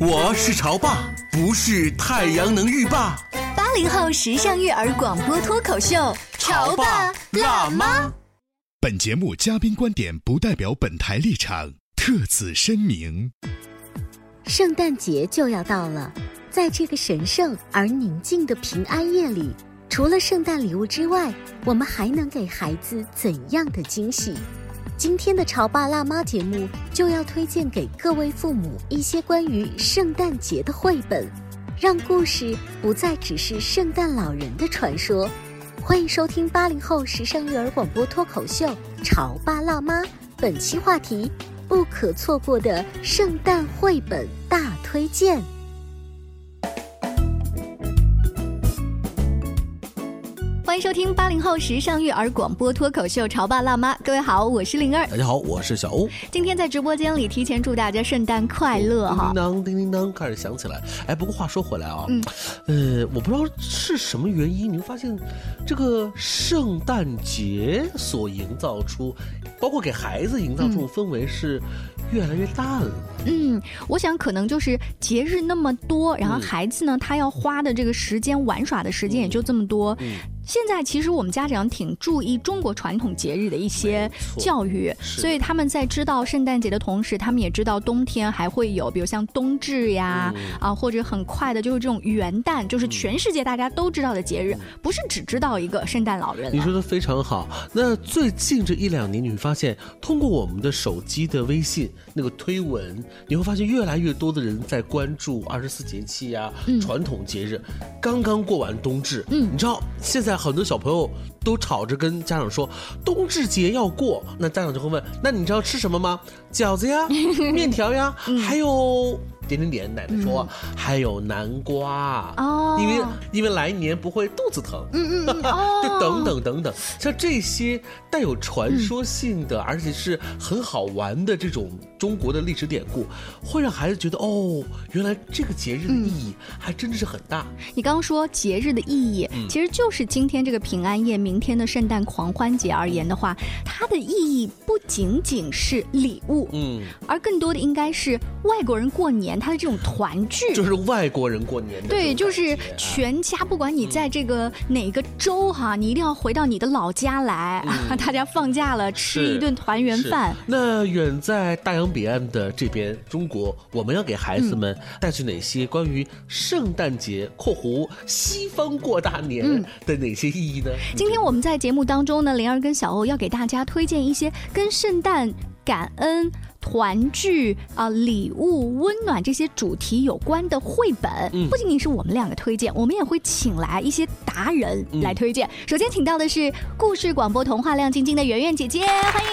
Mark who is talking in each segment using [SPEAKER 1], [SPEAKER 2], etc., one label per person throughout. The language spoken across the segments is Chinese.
[SPEAKER 1] 我是潮爸，不是太阳能浴霸。
[SPEAKER 2] 八零后时尚育儿广播脱口秀，潮爸辣妈。
[SPEAKER 1] 妈。
[SPEAKER 3] 本节目嘉宾观点不代表本台立场，特此声明。
[SPEAKER 4] 圣诞节就要到了，在这个神圣而宁静的平安夜里，除了圣诞礼物之外，我们还能给孩子怎样的惊喜？今天的《潮爸辣妈》节目就要推荐给各位父母一些关于圣诞节的绘本，让故事不再只是圣诞老人的传说。欢迎收听八零后时尚育儿广播脱口秀《潮爸辣妈》，本期话题：不可错过的圣诞绘本大推荐。
[SPEAKER 2] 欢迎收听八零后时尚育儿广播脱口秀《潮爸辣妈》，各位好，我是灵儿。
[SPEAKER 1] 大家好，我是小欧。
[SPEAKER 2] 今天在直播间里提前祝大家圣诞快乐哈
[SPEAKER 1] 叮叮！当，叮叮当，开始响起来。哎，不过话说回来啊，
[SPEAKER 2] 嗯
[SPEAKER 1] 呃，我不知道是什么原因，你会发现这个圣诞节所营造出，包括给孩子营造出的氛围是越来越淡了。
[SPEAKER 2] 嗯，我想可能就是节日那么多，然后
[SPEAKER 1] 嗯
[SPEAKER 2] 孩子呢，他要花的这个时间玩耍的时间也就这么多。
[SPEAKER 1] 嗯
[SPEAKER 2] 现在其实我们家长挺注意中国传统节日的一些
[SPEAKER 1] 错
[SPEAKER 2] 教育，
[SPEAKER 1] 是
[SPEAKER 2] 所以他们在知道圣诞节的同时，他们也知道冬天还会有，比如像冬至呀，
[SPEAKER 1] 嗯
[SPEAKER 2] 啊，或者很快的就是这种元旦，就是全世界大家都知道的节日，不是只知道一个圣诞老人
[SPEAKER 1] 嗯
[SPEAKER 2] 啊
[SPEAKER 1] 你
[SPEAKER 2] 了。
[SPEAKER 1] 说的非常好。那最近这一两年，你会发现，通过我们的手机的微信那个推文，你会发现越来越多的人在关注二十四节气呀、
[SPEAKER 2] 嗯
[SPEAKER 1] 传统节日。刚刚过完冬至，
[SPEAKER 2] 嗯
[SPEAKER 1] 你知道现在很多小朋友都吵着跟家长说冬至节要过，那家长就会问，那你知道吃什么吗？饺 子呀，面条呀，
[SPEAKER 2] 嗯
[SPEAKER 1] 还有。点点点，奶奶说、还有南瓜，
[SPEAKER 2] 哦
[SPEAKER 1] 因为因为来年不会肚子疼，，
[SPEAKER 2] 嗯嗯嗯，哦
[SPEAKER 1] 就等等等等，像这些带有传说性的，而且是很好玩的这种中国的历史典故，会让孩子觉得哦，原来这个节日的意义还真的是很大。
[SPEAKER 2] 你刚刚说节日的意义，
[SPEAKER 1] 嗯
[SPEAKER 2] 其实就是今天这个平安夜、明天的圣诞狂欢节而言的话，它的意义不仅仅是礼物，
[SPEAKER 1] 嗯，
[SPEAKER 2] 而更多的应该是外国人过年他的这种团聚。
[SPEAKER 1] 嗯就是外国人过年的
[SPEAKER 2] 对，
[SPEAKER 1] 这种
[SPEAKER 2] 就
[SPEAKER 1] 感觉啊嗯
[SPEAKER 2] 是全家，不管你在这个哪个州哈，你一定要回到你的老家来，啊， 大家放假了吃
[SPEAKER 1] 嗯是
[SPEAKER 2] 一顿团圆
[SPEAKER 1] 是
[SPEAKER 2] 饭。
[SPEAKER 1] 那远在大洋彼岸的这边中国，我们要给孩子
[SPEAKER 2] 嗯
[SPEAKER 1] 们带去哪些关于圣诞节（括弧西方过大年
[SPEAKER 2] 嗯）
[SPEAKER 1] 的哪些意义呢？
[SPEAKER 2] 今天我们在节目当中呢，灵儿跟小欧要给大家推荐一些跟圣诞、感恩、团聚啊、礼物、温暖这些主题有关的绘本。
[SPEAKER 1] 嗯
[SPEAKER 2] 不仅仅是我们两个推荐，我们也会请来一些达人来推荐。首先请到的是故事广播童话亮晶晶的圆圆姐姐，欢迎。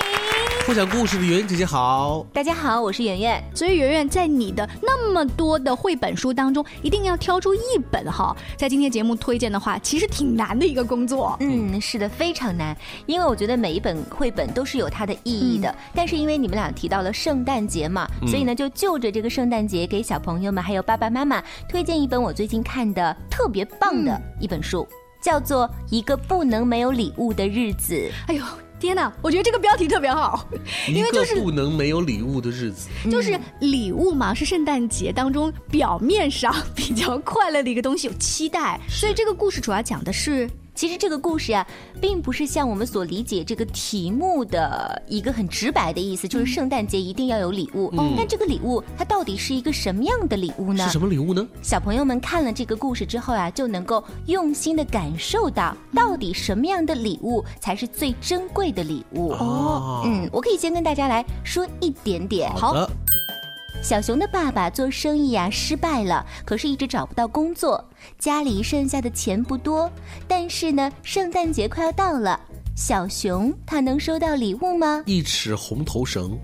[SPEAKER 1] 分享故事的圆圆姐姐好。
[SPEAKER 5] 大家好，我是圆圆。
[SPEAKER 2] 所以圆圆在你的那么多的绘本书当中，一定要挑出一本哈，在今天节目推荐的话，其实挺难的一个工作。
[SPEAKER 5] 嗯，是的，非常难，因为我觉得每一本绘本都是有它的意义的。但是因为你们俩提到了圣诞节嘛，嗯所以呢，就就着这个圣诞节给小朋友们还有爸爸妈妈推荐一本我最近看的特别棒的一本书，叫做《一个不能没有礼物的日子》。
[SPEAKER 2] 哎呦，天哪，我觉得这个标题特别好。因为就是
[SPEAKER 1] 一个不能没有礼物的日子。
[SPEAKER 2] 就是礼物嘛，是圣诞节当中表面上比较快乐的一个东西，有期待。所以这个故事主要讲的是，
[SPEAKER 5] 其实这个故事啊，并不是像我们所理解这个题目的一个很直白的意思，就是圣诞节一定要有礼物。但这个礼物它到底是一个什么样的礼物
[SPEAKER 2] 嗯
[SPEAKER 5] 呢？
[SPEAKER 1] 是什么礼物呢？
[SPEAKER 5] 小朋友们看了这个故事之后啊，就能够用心的感受到，到底什么样的礼物才是最珍贵的礼物。
[SPEAKER 1] 哦
[SPEAKER 5] 嗯，我可以先跟大家来说一点点。
[SPEAKER 1] 好的，
[SPEAKER 5] 小熊的爸爸做生意呀、失败了，可是一直找不到工作，家里剩下的钱不多。但是呢，圣诞节快要到了，小熊他能收到礼物吗？
[SPEAKER 1] 一尺红头绳，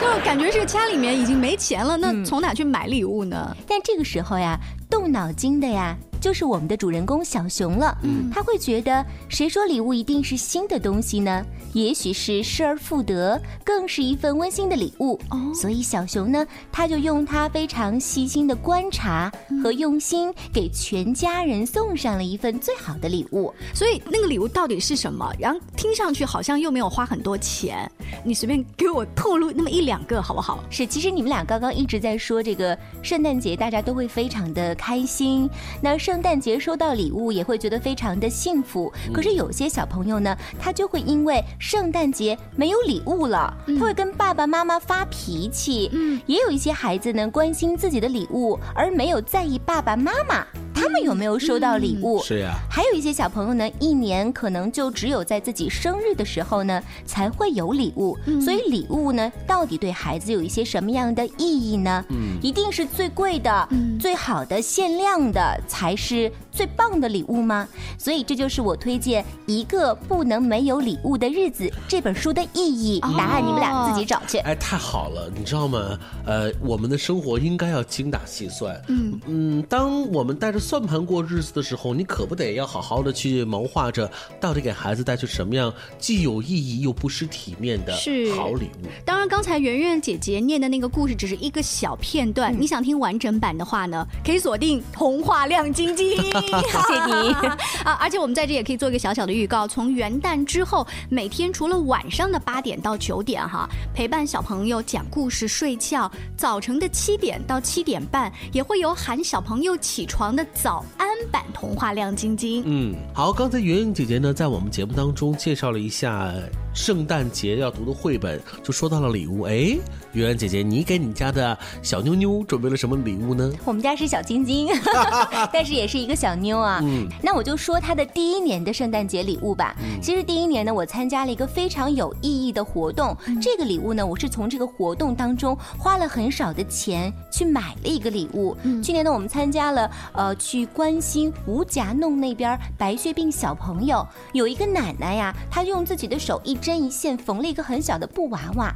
[SPEAKER 2] 就感觉是家里面已经没钱了，那从哪去买礼物呢？
[SPEAKER 5] 但这个时候呀，动脑筋的呀，就是我们的主人公小熊了。他会觉得，谁说礼物一定是新的东西呢？也许是失而复得，更是一份温馨的礼物。所以小熊呢，他就用他非常细心的观察和用心，给全家人送上了一份最好的礼物。
[SPEAKER 2] 所以那个礼物到底是什么？然后听上去好像又没有花很多钱，你随便给我透露那么一两个好不好？
[SPEAKER 5] 是，其实你们俩刚刚一直在说这个圣诞节，大家都会非常的开心。那圣诞节收到礼物也会觉得非常的幸福。
[SPEAKER 1] 嗯
[SPEAKER 5] 可是有些小朋友呢，他就会因为圣诞节没有礼物了，
[SPEAKER 1] 嗯
[SPEAKER 5] 他会跟爸爸妈妈发脾气。嗯，也有一些孩子呢，关心自己的礼物，而没有在意爸爸妈妈他们有没有收到礼物。
[SPEAKER 1] 嗯是呀，
[SPEAKER 5] 还有一些小朋友呢，一年可能就只有在自己生日的时候呢才会有礼物，所以礼物呢到底对孩子有一些什么样的意义呢？一定是最贵的、最好的、限量的才是最棒的礼物吗？所以这就是我推荐《一个不能没有礼物的日子》这本书的意义。答案你们俩自己找去。
[SPEAKER 1] 哎，太好了，你知道吗？呃，我们的生活应该要精打细算。嗯当我们带着算盘过日子的时候，你可不得要好好的去谋划着，到底给孩子带去什么样既有意义又不失体面的
[SPEAKER 2] 是
[SPEAKER 1] 好礼物。
[SPEAKER 2] 当然，刚才圆圆姐姐念的那个故事只是一个小片段，
[SPEAKER 5] 嗯
[SPEAKER 2] 你想听完整版的话呢，可以锁定《童话亮晶晶》。
[SPEAKER 5] 谢谢你。
[SPEAKER 2] 啊，而且我们在这也可以做一个小小的预告，从元旦之后，每天除了晚上的八点到九点哈，陪伴小朋友讲故事、睡觉；早晨的七点到七点半，也会有喊小朋友起床的早安版童话亮晶晶。
[SPEAKER 1] 嗯，好，刚才圆圆姐姐呢，在我们节目当中介绍了一下圣诞节要读的绘本，就说到了礼物。哎，圆圆姐姐，你给你家的小妞妞准备了什么礼物呢？
[SPEAKER 5] 我们家是小晶晶， 但是也是一个小妞啊。那我就说她的第一年的圣诞节礼物吧。其实第一年呢，我参加了一个非常有意义的活动。这个礼物呢，我是从这个活动当中花了很少的钱去买了一个礼物。去年呢，我们参加了呃去关心吴夹弄那边白血病小朋友，有一个奶奶呀，她用自己的手一针一线缝了一个很小的布娃娃。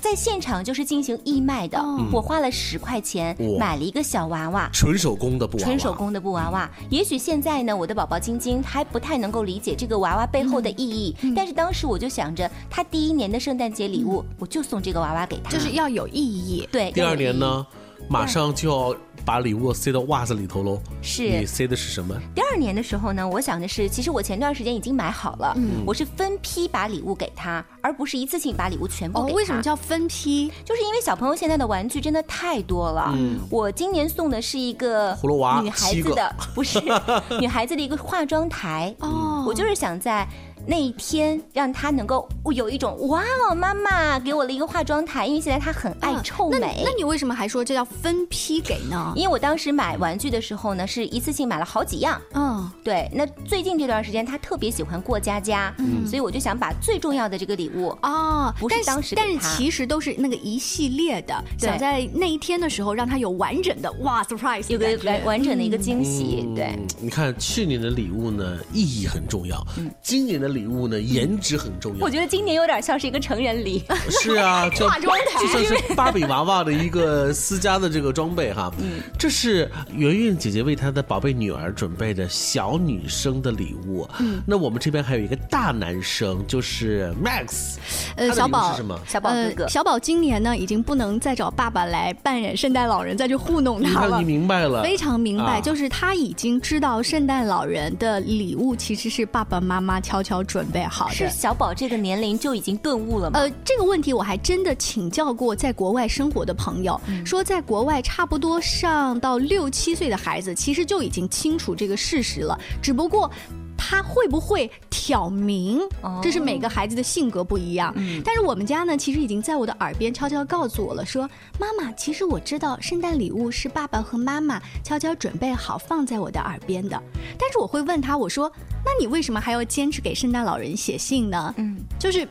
[SPEAKER 5] 在现场就是进行义卖的，我花了十块钱
[SPEAKER 1] 哇
[SPEAKER 5] 买了一个小娃娃。
[SPEAKER 1] 纯手工的布娃娃，
[SPEAKER 5] 纯手工的布娃娃，也许现在呢，我的宝宝晶晶还不太能够理解这个娃娃背后的意义，
[SPEAKER 2] 嗯
[SPEAKER 5] 但是当时我就想着，她第一年的圣诞节礼物，我就送这个娃娃给她。
[SPEAKER 2] 嗯就是要有意义，
[SPEAKER 5] 对，
[SPEAKER 1] 第二年呢，马上就要把礼物塞到袜子里头喽。
[SPEAKER 5] 是
[SPEAKER 1] 你塞的是什么？
[SPEAKER 5] 第二年的时候呢，我想的是，其实我前段时间已经买好了，
[SPEAKER 2] 嗯
[SPEAKER 5] 我是分批把礼物给她，而不是一次性把礼物全部
[SPEAKER 2] 哦
[SPEAKER 5] 给，她。
[SPEAKER 2] 为什么叫分批？
[SPEAKER 5] 就是因为小朋友现在的玩具真的太多了。
[SPEAKER 1] 嗯
[SPEAKER 5] 我今年送的是一个
[SPEAKER 1] 葫芦娃
[SPEAKER 5] 女孩
[SPEAKER 1] 七
[SPEAKER 5] 子
[SPEAKER 1] 个
[SPEAKER 5] 的，不是 女孩子的一个化妆台。
[SPEAKER 2] 哦
[SPEAKER 5] 嗯我就是想在那一天让她能够有一种哇哦，妈妈给我了一个化妆台，因为现在她很爱
[SPEAKER 2] 啊
[SPEAKER 5] 臭
[SPEAKER 2] 那你
[SPEAKER 5] 美。
[SPEAKER 2] 那你为什么还说这叫分批给呢？
[SPEAKER 5] 因为我当时买玩具的时候呢，是一次性买了好几样。
[SPEAKER 2] 嗯，
[SPEAKER 5] 对，那最近这段时间她特别喜欢过家家，所以我就想把最重要的这个礼物
[SPEAKER 2] 嗯哦，
[SPEAKER 5] 不是
[SPEAKER 2] 但
[SPEAKER 5] 当时
[SPEAKER 2] 但
[SPEAKER 5] 给
[SPEAKER 2] 是
[SPEAKER 5] 他
[SPEAKER 2] 其实都是那个一系列的，
[SPEAKER 5] 对
[SPEAKER 2] 想在那一天的时候让他有完整的哇 surprise，
[SPEAKER 5] 有个
[SPEAKER 2] 的感
[SPEAKER 5] 完
[SPEAKER 2] 觉
[SPEAKER 5] 完整的一个惊喜。对，
[SPEAKER 1] 嗯，你看去年的礼物呢，意义很重要；
[SPEAKER 5] 嗯
[SPEAKER 1] 今年的礼物呢，颜值很重要
[SPEAKER 5] 我。觉得今年有点像是一个成人礼。
[SPEAKER 2] 呃
[SPEAKER 1] 是啊，就
[SPEAKER 2] 化妆台
[SPEAKER 1] 就算是芭比娃娃的一个私家的这个装备哈。
[SPEAKER 2] 嗯
[SPEAKER 1] 这是圆圆姐姐为她的宝贝女儿准备的小女生的礼物。
[SPEAKER 2] 嗯
[SPEAKER 1] 那我们这边还有一个大男生，就是 Max，
[SPEAKER 2] 呃
[SPEAKER 1] 他的
[SPEAKER 2] 小
[SPEAKER 1] 礼物
[SPEAKER 2] 宝
[SPEAKER 1] 是什么？
[SPEAKER 5] 小宝哥哥
[SPEAKER 2] 呃，小宝今年呢已经不能再找爸爸来扮演圣诞老人再去糊弄
[SPEAKER 1] 你
[SPEAKER 2] 他
[SPEAKER 1] 看，
[SPEAKER 2] 了
[SPEAKER 1] 你。明白了，
[SPEAKER 2] 啊非常明白，
[SPEAKER 1] 啊
[SPEAKER 2] 就是他已经知道圣诞老人的礼物其实是爸爸妈妈悄悄准备好的。
[SPEAKER 5] 是小宝这个年龄就已经顿悟了吗？
[SPEAKER 2] 呃，这个问题我还真的请教过在国外生活的朋友，
[SPEAKER 5] 嗯
[SPEAKER 2] 说在国外差不多上到六七岁的孩子，其实就已经清楚这个事实了，只不过。他会不会挑明
[SPEAKER 5] 哦？嗯
[SPEAKER 2] 这是每个孩子的性格不一样。但是我们家呢，其实已经在我的耳边悄悄告诉我了，说妈妈，其实我知道圣诞礼物是爸爸和妈妈悄悄准备好放在我的耳边的。但是我会问他，我说，那你为什么还要坚持给圣诞老人写信呢？
[SPEAKER 5] 嗯，
[SPEAKER 2] 就是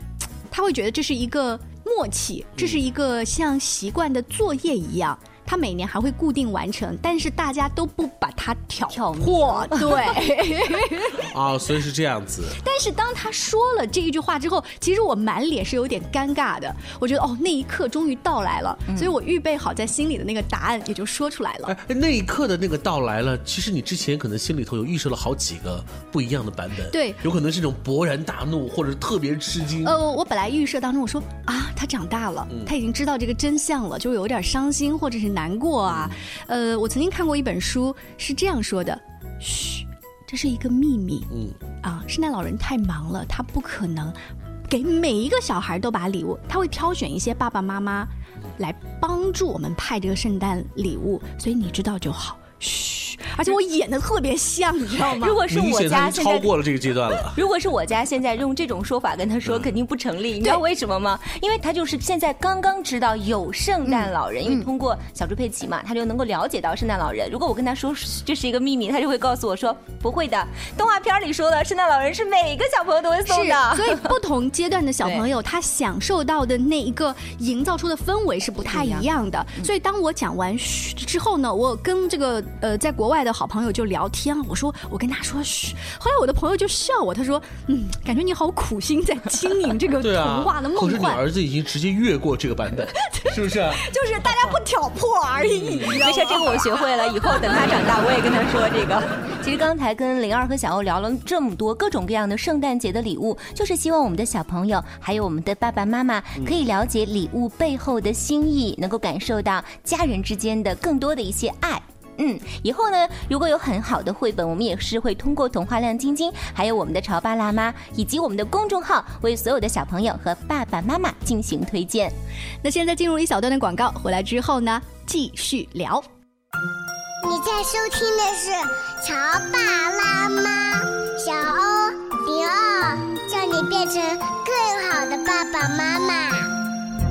[SPEAKER 2] 他会觉得这是一个默契，这是一个像习惯的作业一样。它每年还会固定完成，但是大家都不把它挑
[SPEAKER 5] 挑明
[SPEAKER 2] 破。对，
[SPEAKER 1] 啊，所以是这样子，
[SPEAKER 2] 但是当他说了这一句话之后，其实我满脸是有点尴尬的。我觉得哦，那一刻终于到来了，
[SPEAKER 5] 嗯
[SPEAKER 2] 所以我预备好在心里的那个答案也就说出来了。
[SPEAKER 1] 哎，那一刻的那个到来了，其实你之前可能心里头有预设了好几个不一样的版本，
[SPEAKER 2] 对
[SPEAKER 1] 有可能是一种勃然大怒，或者是特别吃惊，
[SPEAKER 2] 呃，我本来预设当中，我说啊，他长大了，他已经知道这个真相了，就有点伤心或者是难过啊。呃，我曾经看过一本书是这样说的：嘘，这是一个秘密。
[SPEAKER 1] 嗯，
[SPEAKER 2] 啊，圣诞老人太忙了，他不可能给每一个小孩都把礼物，他会挑选一些爸爸妈妈来帮助我们派这个圣诞礼物，所以你知道就好。嘘，而且我演的特别像，你知道吗
[SPEAKER 5] 如？果是
[SPEAKER 1] 明
[SPEAKER 5] 我
[SPEAKER 1] 显他
[SPEAKER 5] 家
[SPEAKER 1] 已经
[SPEAKER 5] 现
[SPEAKER 1] 超
[SPEAKER 5] 在。
[SPEAKER 1] 过了这个阶段 了。
[SPEAKER 5] 如果是我家现在用这种说法跟他说，肯定不成立。你知道为什么吗？因为他就是现在刚刚知道有圣诞老人，因为通过小猪佩奇嘛，他就能够了解到圣诞老人。如果我跟他说这是一个秘密，他就会告诉我说不会的。动画片里说了，圣诞老人是每个小朋友都会送的。
[SPEAKER 2] 所以不同阶段的小朋友，他享受到的那一个营造出的氛围是不太一样的。所以当我讲完嘘之后呢，我跟这个呃在国外的好朋友就聊天，我说我跟他说嘘，后来我的朋友就笑我，他说嗯，感觉你好苦心在经营这个
[SPEAKER 1] 对啊
[SPEAKER 2] 童话的，梦
[SPEAKER 1] 可是你
[SPEAKER 2] 幻，
[SPEAKER 1] 儿子已经直接越过这个 版本，是不是啊？
[SPEAKER 2] 就是大家不挑破而已。你
[SPEAKER 1] 嗯
[SPEAKER 2] 知道
[SPEAKER 5] 没
[SPEAKER 2] 吗
[SPEAKER 5] 事，这个我学会了，以后等他长大，我也跟他说这个。其实刚才跟灵儿和小欧聊了这么多各种各样的圣诞节的礼物，就是希望我们的小朋友还有我们的爸爸妈妈可以了解礼物背后的心意，能够感受到家人之间的更多的一些爱。嗯，以后呢，如果有很好的绘本，我们也是会通过童话亮晶晶，还有我们的潮爸辣妈，以及我们的公众号，为所有的小朋友和爸爸妈妈进行推荐。
[SPEAKER 2] 那现在进入一小段的广告，回来之后呢，继续聊。
[SPEAKER 6] 你在收听的是《潮爸辣妈》，小欧零二，叫你变成更好的爸爸妈妈。
[SPEAKER 4] 《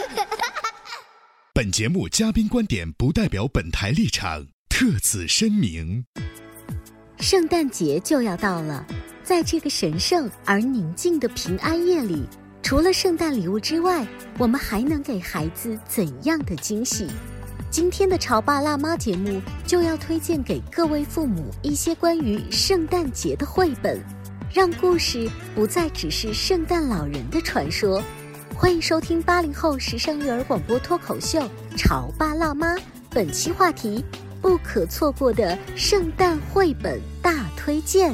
[SPEAKER 3] 本节目嘉宾观点不代表本台立场，特此声明。
[SPEAKER 4] 圣诞节就要到了，在这个神圣而宁静的平安夜里，除了圣诞礼物之外，我们还能给孩子怎样的惊喜？今天的《潮爸辣妈》节目就要推荐给各位父母一些关于圣诞节的绘本，让故事不再只是圣诞老人的传说。欢迎收听八零后时尚育儿广播脱口秀《潮爸辣妈》，本期话题不可错过的圣诞绘本大推荐。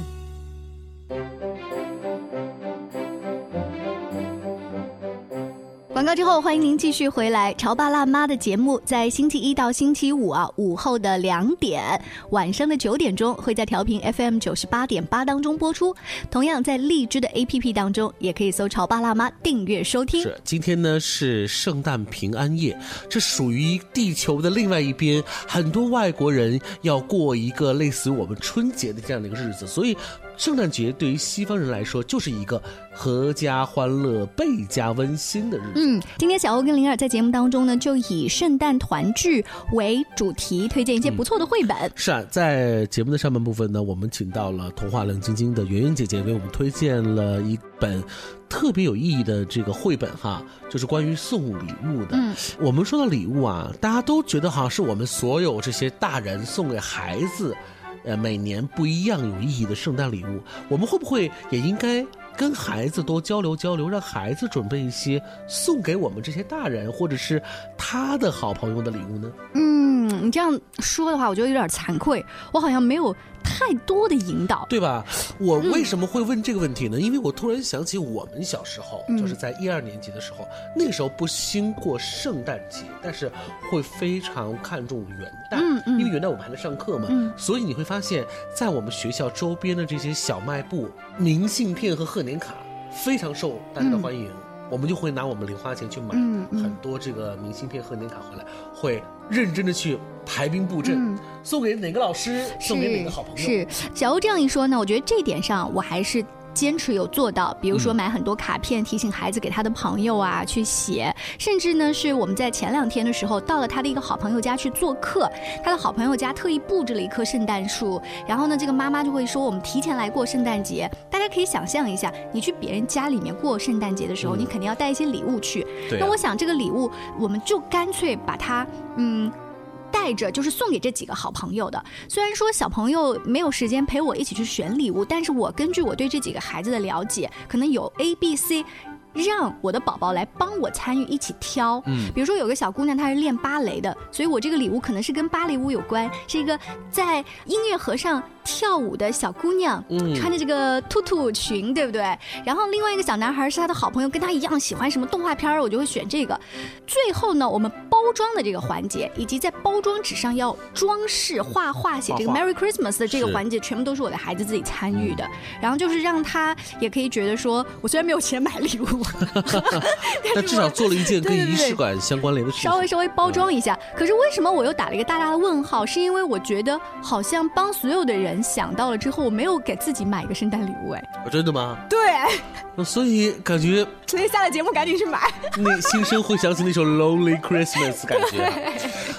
[SPEAKER 2] 广告之后，欢迎您继续回来《潮爸辣妈》的节目，在星期一到星期五啊，午后的两点，晚上的九点钟会在调频 FM 九十八点八当中播出。同样在荔枝的 APP 当中，也可以搜“潮爸辣妈”订阅收听。
[SPEAKER 1] 是，今天呢是圣诞平安夜，这属于地球的另外一边，很多外国人要过一个类似于我们春节的这样的一个日子，所以圣诞节对于西方人来说就是一个阖家欢乐、倍加温馨的日子。
[SPEAKER 2] 嗯，今天小欧跟灵儿在节目当中呢，就以圣诞团聚为主题，推荐一些不错的绘本。
[SPEAKER 1] 是啊，在节目的上半部分呢，我们请到了童话冷晶晶的圆圆姐姐为我们推荐了一本特别有意义的这个绘本哈，就是关于送礼物的。
[SPEAKER 2] 嗯
[SPEAKER 1] 我们说到礼物啊，大家都觉得好像是我们所有这些大人送给孩子，呃，每年不一样有意义的圣诞礼物，我们会不会也应该？跟孩子多交流交流，让孩子准备一些送给我们这些大人或者是他的好朋友的礼物呢？
[SPEAKER 2] 嗯，嗯，你这样说的话，我觉得有点惭愧，我好像没有太多的引导。
[SPEAKER 1] 对吧？我
[SPEAKER 2] 嗯
[SPEAKER 1] 为什么会问这个问题呢？因为我突然想起我们小时候，
[SPEAKER 2] 嗯
[SPEAKER 1] 就是在一二年级的时候，那个时候不兴过圣诞节，但是会非常看重元旦，
[SPEAKER 2] 嗯嗯
[SPEAKER 1] 因为元旦我们还在上课嘛，
[SPEAKER 2] 嗯
[SPEAKER 1] 所以你会发现在我们学校周边的这些小卖部、明信片和贺年卡非常受大家的欢迎。我们就会拿我们零花钱去买
[SPEAKER 2] 嗯嗯
[SPEAKER 1] 很多这个明信片、贺年卡回来，会认真的去排兵布阵，
[SPEAKER 2] 嗯
[SPEAKER 1] 送给哪个老师，送给哪个好朋友。
[SPEAKER 2] 是小欧这样一说呢，我觉得这一点上我还是。坚持有做到，比如说
[SPEAKER 1] 嗯
[SPEAKER 2] 买很多卡片，提醒孩子给他的朋友啊去写，甚至呢是我们在前两天的时候到了他的一个好朋友家去做客，他的好朋友家特意布置了一棵圣诞树，然后呢这个妈妈就会说我们提前来过圣诞节，大家可以想象一下，你去别人家里面过圣诞节的时候，
[SPEAKER 5] 嗯
[SPEAKER 2] 你肯定要带一些礼物去，
[SPEAKER 5] 对啊
[SPEAKER 2] 那我想这个礼物我们就干脆把它嗯带着就是送给这几个好朋友的。虽然说小朋友没有时间陪我一起去选礼物，但是我根据我对这几个孩子的了解，可能有 A、B、C。让我的宝宝来帮我参与一起挑，
[SPEAKER 7] 嗯
[SPEAKER 2] 比如说有个小姑娘她是练芭蕾的，所以我这个礼物可能是跟芭蕾舞有关，是一个在音乐盒上跳舞的小姑娘，
[SPEAKER 7] 嗯
[SPEAKER 2] 穿着这个兔兔裙，对不对？然后另外一个小男孩是他的好朋友，跟他一样喜欢什么动画片儿，我就会选这个。最后呢，我们包装的这个环节，以及在包装纸上要装饰、画画、写这个
[SPEAKER 7] 画画
[SPEAKER 2] “Merry Christmas” 的这个
[SPEAKER 7] 是嗯
[SPEAKER 2] 环节，全部都是我的孩子自己参与的。然后就是让他也可以觉得说，我虽然没有钱买礼物，
[SPEAKER 1] 但至少做了一件跟
[SPEAKER 2] 对对对
[SPEAKER 1] 仪式感相关联的事情
[SPEAKER 2] 稍。微稍微包装一下。可是为什么我又打了一个大大的问号？是因为我觉得好像帮所有的人想到了之后，我没有给自己买一个圣诞礼物，哎，
[SPEAKER 1] 啊真的吗？
[SPEAKER 2] 对，
[SPEAKER 1] 那所以感觉
[SPEAKER 2] 所以下了节目赶紧去买。
[SPEAKER 1] 那心生会想起那首《Lonely Christmas》感觉啊、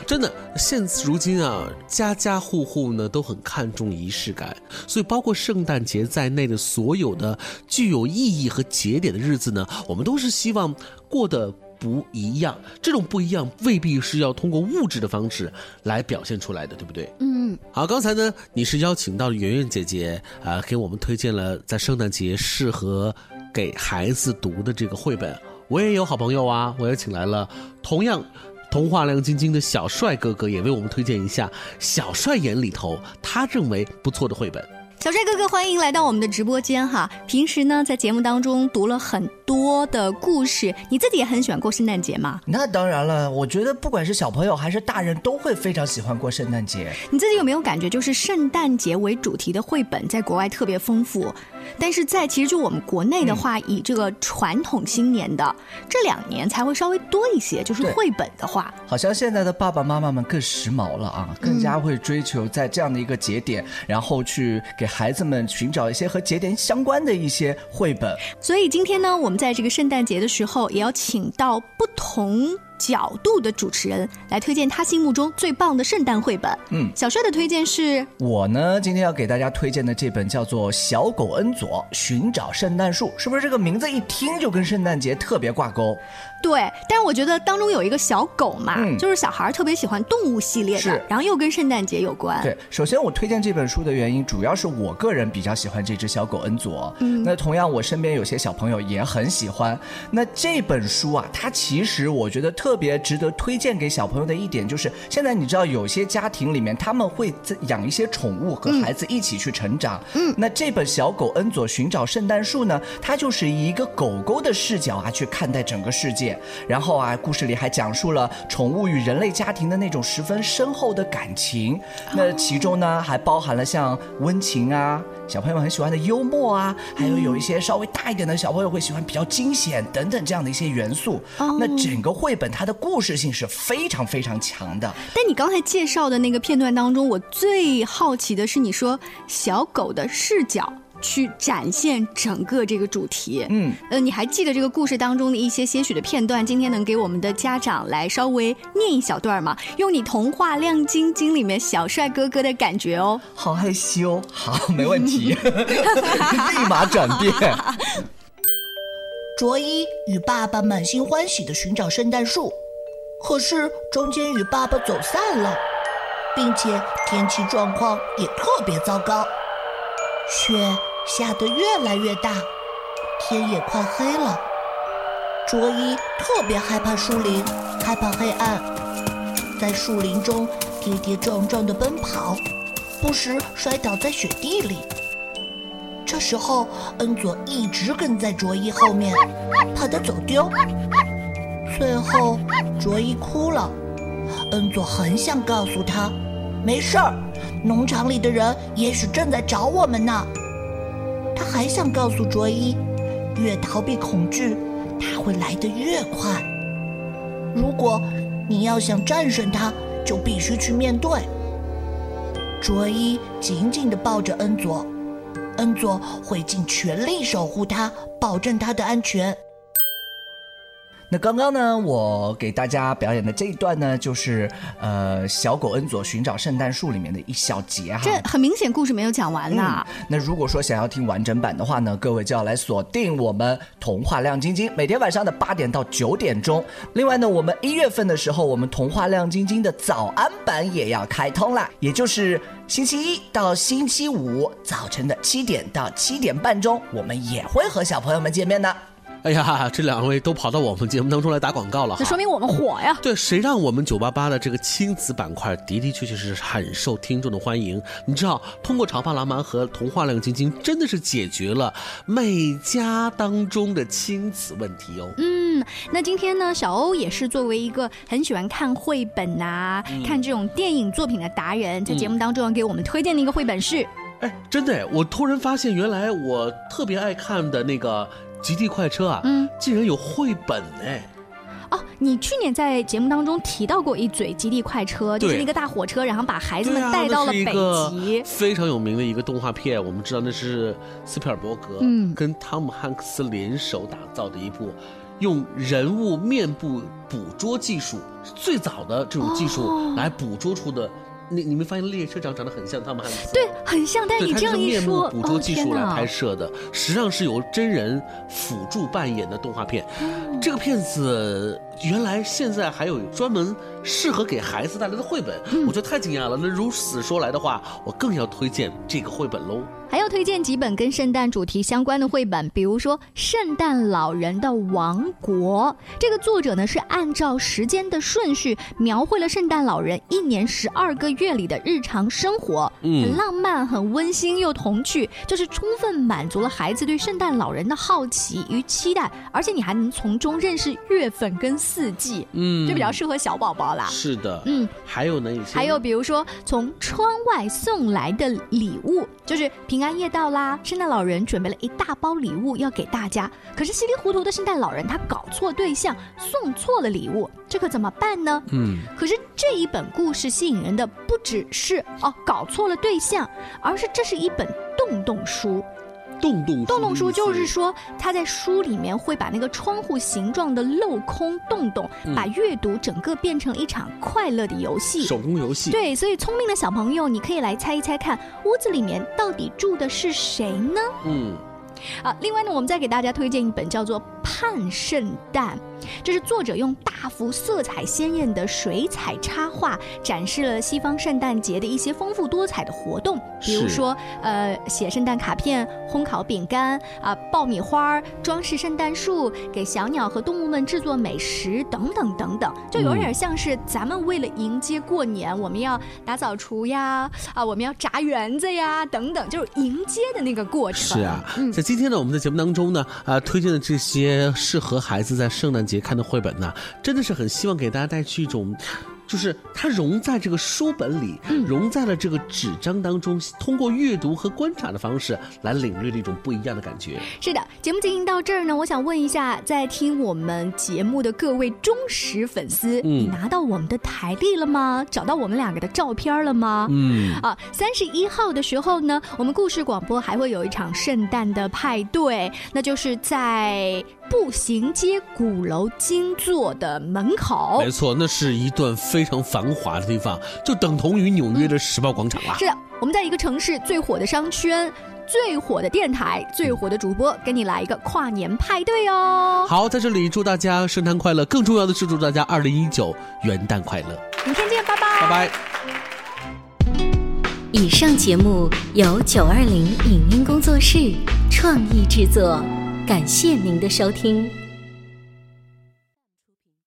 [SPEAKER 1] 真的，现如今啊，家家户户呢都很看重仪式感，所以包括圣诞节在内的所有的具有意义和节点的日子呢，我们都是希望过得不一样。这种不一样未必是要通过物质的方式来表现出来的，对不对？
[SPEAKER 2] 嗯，
[SPEAKER 1] 好，刚才呢，你是邀请到了圆圆姐姐啊、给我们推荐了在圣诞节适合给孩子读的这个绘本。我也有好朋友啊，我也请来了同样童话亮晶晶的小帅哥哥，也为我们推荐一下小帅眼里头他认为不错的绘本。
[SPEAKER 2] 小帅哥哥，欢迎来到我们的直播间哈！平时呢，在节目当中读了很多的故事，你自己也很喜欢过圣诞节吗？
[SPEAKER 7] 那当然了，我觉得不管是小朋友还是大人，都会非常喜欢过圣诞节。
[SPEAKER 2] 你自己有没有感觉，就是圣诞节为主题的绘本在国外特别丰富，但是在其实就我们国
[SPEAKER 7] 嗯
[SPEAKER 2] 内的话，以这个传统新年的这两年才会稍微多一些，就是
[SPEAKER 7] 对
[SPEAKER 2] 绘本的话，
[SPEAKER 7] 好像现在的爸爸妈妈们更时髦了啊，更加会追求在这样的一个节点，然后去给孩子们寻找一些和节点相关的一些绘本。
[SPEAKER 2] 所以今天呢，我们在这个圣诞节的时候，也要请到不同角度的主持人来推荐他心目中最棒的圣诞绘本。
[SPEAKER 7] 嗯
[SPEAKER 2] 小帅的推荐是
[SPEAKER 7] 我呢，今天要给大家推荐的这本叫做《小狗恩佐寻找圣诞树》，是不是这个名字一听就跟圣诞节特别挂钩？
[SPEAKER 2] 对，但是我觉得当中有一个小狗嘛，
[SPEAKER 7] 嗯
[SPEAKER 2] 就是小孩儿特别喜欢动物系列的
[SPEAKER 7] 是，
[SPEAKER 2] 然后又跟圣诞节有关。
[SPEAKER 7] 对，首先我推荐这本书的原因，主要是我个人比较喜欢这只小狗恩佐。
[SPEAKER 2] 嗯
[SPEAKER 7] 那同样我身边有些小朋友也很喜欢。那这本书啊，它其实我觉得特别值得推荐给小朋友的一点就是，现在你知道有些家庭里面他们会自养一些宠物和孩子一起去成长。嗯，那这本《小狗恩佐寻找圣诞树》呢，它就是以一个狗狗的视角啊去看待整个世界。然后啊，故事里还讲述了宠物与人类家庭的那种十分深厚的感情。那其中呢，还包含了像温情啊，小朋友很喜欢的幽默啊，还有有一些稍微大一点的小朋友会喜欢比较惊险等等这样的一些元素。
[SPEAKER 2] 哦
[SPEAKER 7] 那整个绘本它的故事性是非常非常强的。
[SPEAKER 2] 但你刚才介绍的那个片段当中，我最好奇的是你说小狗的视角。去展现整个这个主题，
[SPEAKER 7] 嗯，
[SPEAKER 2] 呃，你还记得这个故事当中的一些些许的片段？今天能给我们的家长来稍微念一小段吗？用你童话《亮晶晶》里面小帅哥哥的感觉哦。
[SPEAKER 7] 好害羞，好，没问题， 立马转变。
[SPEAKER 8] 卓一与爸爸满心欢喜地寻找圣诞树，可是中间与爸爸走散了，并且天气状况也特别糟糕，雪下得越来越大，天也快黑了。卓一特别害怕树林，害怕黑暗，在树林中，跌跌撞撞地奔跑，不时摔倒在雪地里。这时候，恩佐一直跟在卓一后面，怕他走丢。最后，卓一哭了。恩佐很想告诉他，没事儿，农场里的人也许正在找我们呢。他还想告诉卓一，越逃避恐惧，它会来得越快。如果你要想战胜它，就必须去面对。卓一紧紧地抱着恩佐，恩佐会尽全力守护他，保证他的安全。
[SPEAKER 7] 那刚刚呢，我给大家表演的这一段呢，就是呃，小狗恩佐寻找圣诞树里面的一小节哈。嗯
[SPEAKER 2] 这很明显故事没有讲完呢。
[SPEAKER 7] 那如果说想要听完整版的话呢，各位就要来锁定我们童话亮晶晶每天晚上的八点到九点钟。另外呢，我们一月份的时候，我们童话亮晶晶的早安版也要开通啦，也就是星期一到星期五早晨的七点到七点半钟，我们也会和小朋友们见面的。
[SPEAKER 1] 哎呀，这两位都跑到我们节目当中来打广告了哈，
[SPEAKER 2] 那说明我们火呀！
[SPEAKER 1] 对，谁让我们九八八的这个亲子板块的的确确是很受听众的欢迎。你知道，通过《潮爸辣妈》和《童话亮晶晶》，真的是解决了每家当中的亲子问题哦。
[SPEAKER 2] 嗯，那今天呢，小欧也是作为一个很喜欢看绘本呐、
[SPEAKER 1] 嗯
[SPEAKER 2] 看这种电影作品的达人，在节目当中要给我们推荐的一个绘本是，
[SPEAKER 1] 哎，真的哎，我突然发现，原来我特别爱看的那个《极地快车》啊，
[SPEAKER 2] 嗯，
[SPEAKER 1] 竟然有绘本哎。
[SPEAKER 2] 哦，你去年在节目当中提到过一嘴《极地快车》，就是
[SPEAKER 1] 对
[SPEAKER 2] 那个大火车，然后把孩子
[SPEAKER 1] 对
[SPEAKER 2] 哎们
[SPEAKER 1] 啊，
[SPEAKER 2] 带到了
[SPEAKER 1] 那是一
[SPEAKER 2] 北
[SPEAKER 1] 个
[SPEAKER 2] 极。
[SPEAKER 1] 非常有名的一个动画片。我们知道那是斯皮尔伯格，
[SPEAKER 2] 嗯
[SPEAKER 1] 跟汤姆汉克斯联手打造的一部，用人物面部捕捉技术，是最早的这种技术
[SPEAKER 2] 哦
[SPEAKER 1] 来捕捉出的。你你没发现列车长长得很像汤姆汉克斯？
[SPEAKER 2] 对，很像，但是
[SPEAKER 1] 对，
[SPEAKER 2] 你
[SPEAKER 1] 它
[SPEAKER 2] 这
[SPEAKER 1] 是
[SPEAKER 2] 样一
[SPEAKER 1] 面
[SPEAKER 2] 说，
[SPEAKER 1] 部捕捉
[SPEAKER 2] 哦
[SPEAKER 1] 技
[SPEAKER 2] 天
[SPEAKER 1] 术来
[SPEAKER 2] 哪
[SPEAKER 1] 拍摄的，实际上是由真人辅助扮演的动画片。
[SPEAKER 2] 嗯
[SPEAKER 1] 这个片子原来现在还有专门适合给孩子带来的绘本，
[SPEAKER 2] 嗯
[SPEAKER 1] 我觉得太惊讶了。那如此说来的话，我更要推荐这个绘本喽。
[SPEAKER 2] 还要推荐几本跟圣诞主题相关的绘本，比如说《圣诞老人的王国》。这个作者呢是按照时间的顺序描绘了圣诞老人一年十二个月里的日常生活，
[SPEAKER 9] 嗯
[SPEAKER 2] 很浪漫、很温馨又童趣，就是充分满足了孩子对圣诞老人的好奇与期待，而且你还能从中认识月份跟四季，
[SPEAKER 1] 嗯
[SPEAKER 2] 就比较适合小宝宝啦。
[SPEAKER 1] 是的，
[SPEAKER 2] 嗯，
[SPEAKER 1] 还有呢，有些
[SPEAKER 2] 还有比如说，从窗外送来的礼物，就是平安夜到啦，圣诞老人准备了一大包礼物要给大家，可是稀里糊涂的圣诞老人他搞错对象，送错了礼物，这可怎么办呢？
[SPEAKER 9] 嗯
[SPEAKER 2] 可是这一本故事吸引人的不只是哦搞错了对象，而是这是一本洞洞书。
[SPEAKER 1] 洞洞
[SPEAKER 2] 洞洞书就是说，他在书里面会把那个窗户形状的镂空洞洞，
[SPEAKER 1] 嗯
[SPEAKER 2] 把阅读整个变成一场快乐的游戏。
[SPEAKER 1] 手工游戏，
[SPEAKER 2] 对，所以聪明的小朋友，你可以来猜一猜看，屋子里面到底住的是谁呢？
[SPEAKER 1] 嗯，
[SPEAKER 2] 啊，另外呢，我们再给大家推荐一本叫做《盼圣诞》，这是作者用大幅色彩鲜艳的水彩插画，展示了西方圣诞节的一些丰富多彩的活动，比
[SPEAKER 9] 是
[SPEAKER 2] 如说呃写圣诞卡片、烘烤饼干啊、爆米花儿、装饰圣诞树，给小鸟和动物们制作美食等等等等，就有点
[SPEAKER 9] 嗯
[SPEAKER 2] 像是咱们为了迎接过年，我们要打扫除呀，啊我们要炸园子呀等等，就是迎接的那个过程。
[SPEAKER 1] 是啊
[SPEAKER 2] 嗯，
[SPEAKER 1] 在今天呢，我们在节目当中呢，啊、推荐的这些适合孩子在圣诞节看的绘本呢，真的是很希望给大家带去一种。就是它融在这个书本里，融在了这个纸张当中，通过阅读和观察的方式来领略了一种不一样的感觉。
[SPEAKER 2] 是的，节目进行到这儿呢，我想问一下，在听我们节目的各位忠实粉丝，
[SPEAKER 9] 嗯
[SPEAKER 2] 你拿到我们的台历了吗？找到我们两个的照片了吗？
[SPEAKER 9] 嗯
[SPEAKER 2] 啊，三十一号的时候呢，我们故事广播还会有一场圣诞的派对，那就是在步行街鼓楼金座的门口。
[SPEAKER 1] 嗯没错，那是一段非常繁华的地方，就等同于纽约的时报广场啦。
[SPEAKER 2] 是的，我们在一个城市最火的商圈、最火的电台、最火的主播，跟你来一个跨年派对哦。
[SPEAKER 1] 好，在这里祝大家圣诞快乐，更重要的是祝大家二零一九元旦快乐，
[SPEAKER 2] 明天见，拜拜。
[SPEAKER 1] 拜拜。
[SPEAKER 4] 以上节目由九二零影音工作室创意制作，感谢您的收听。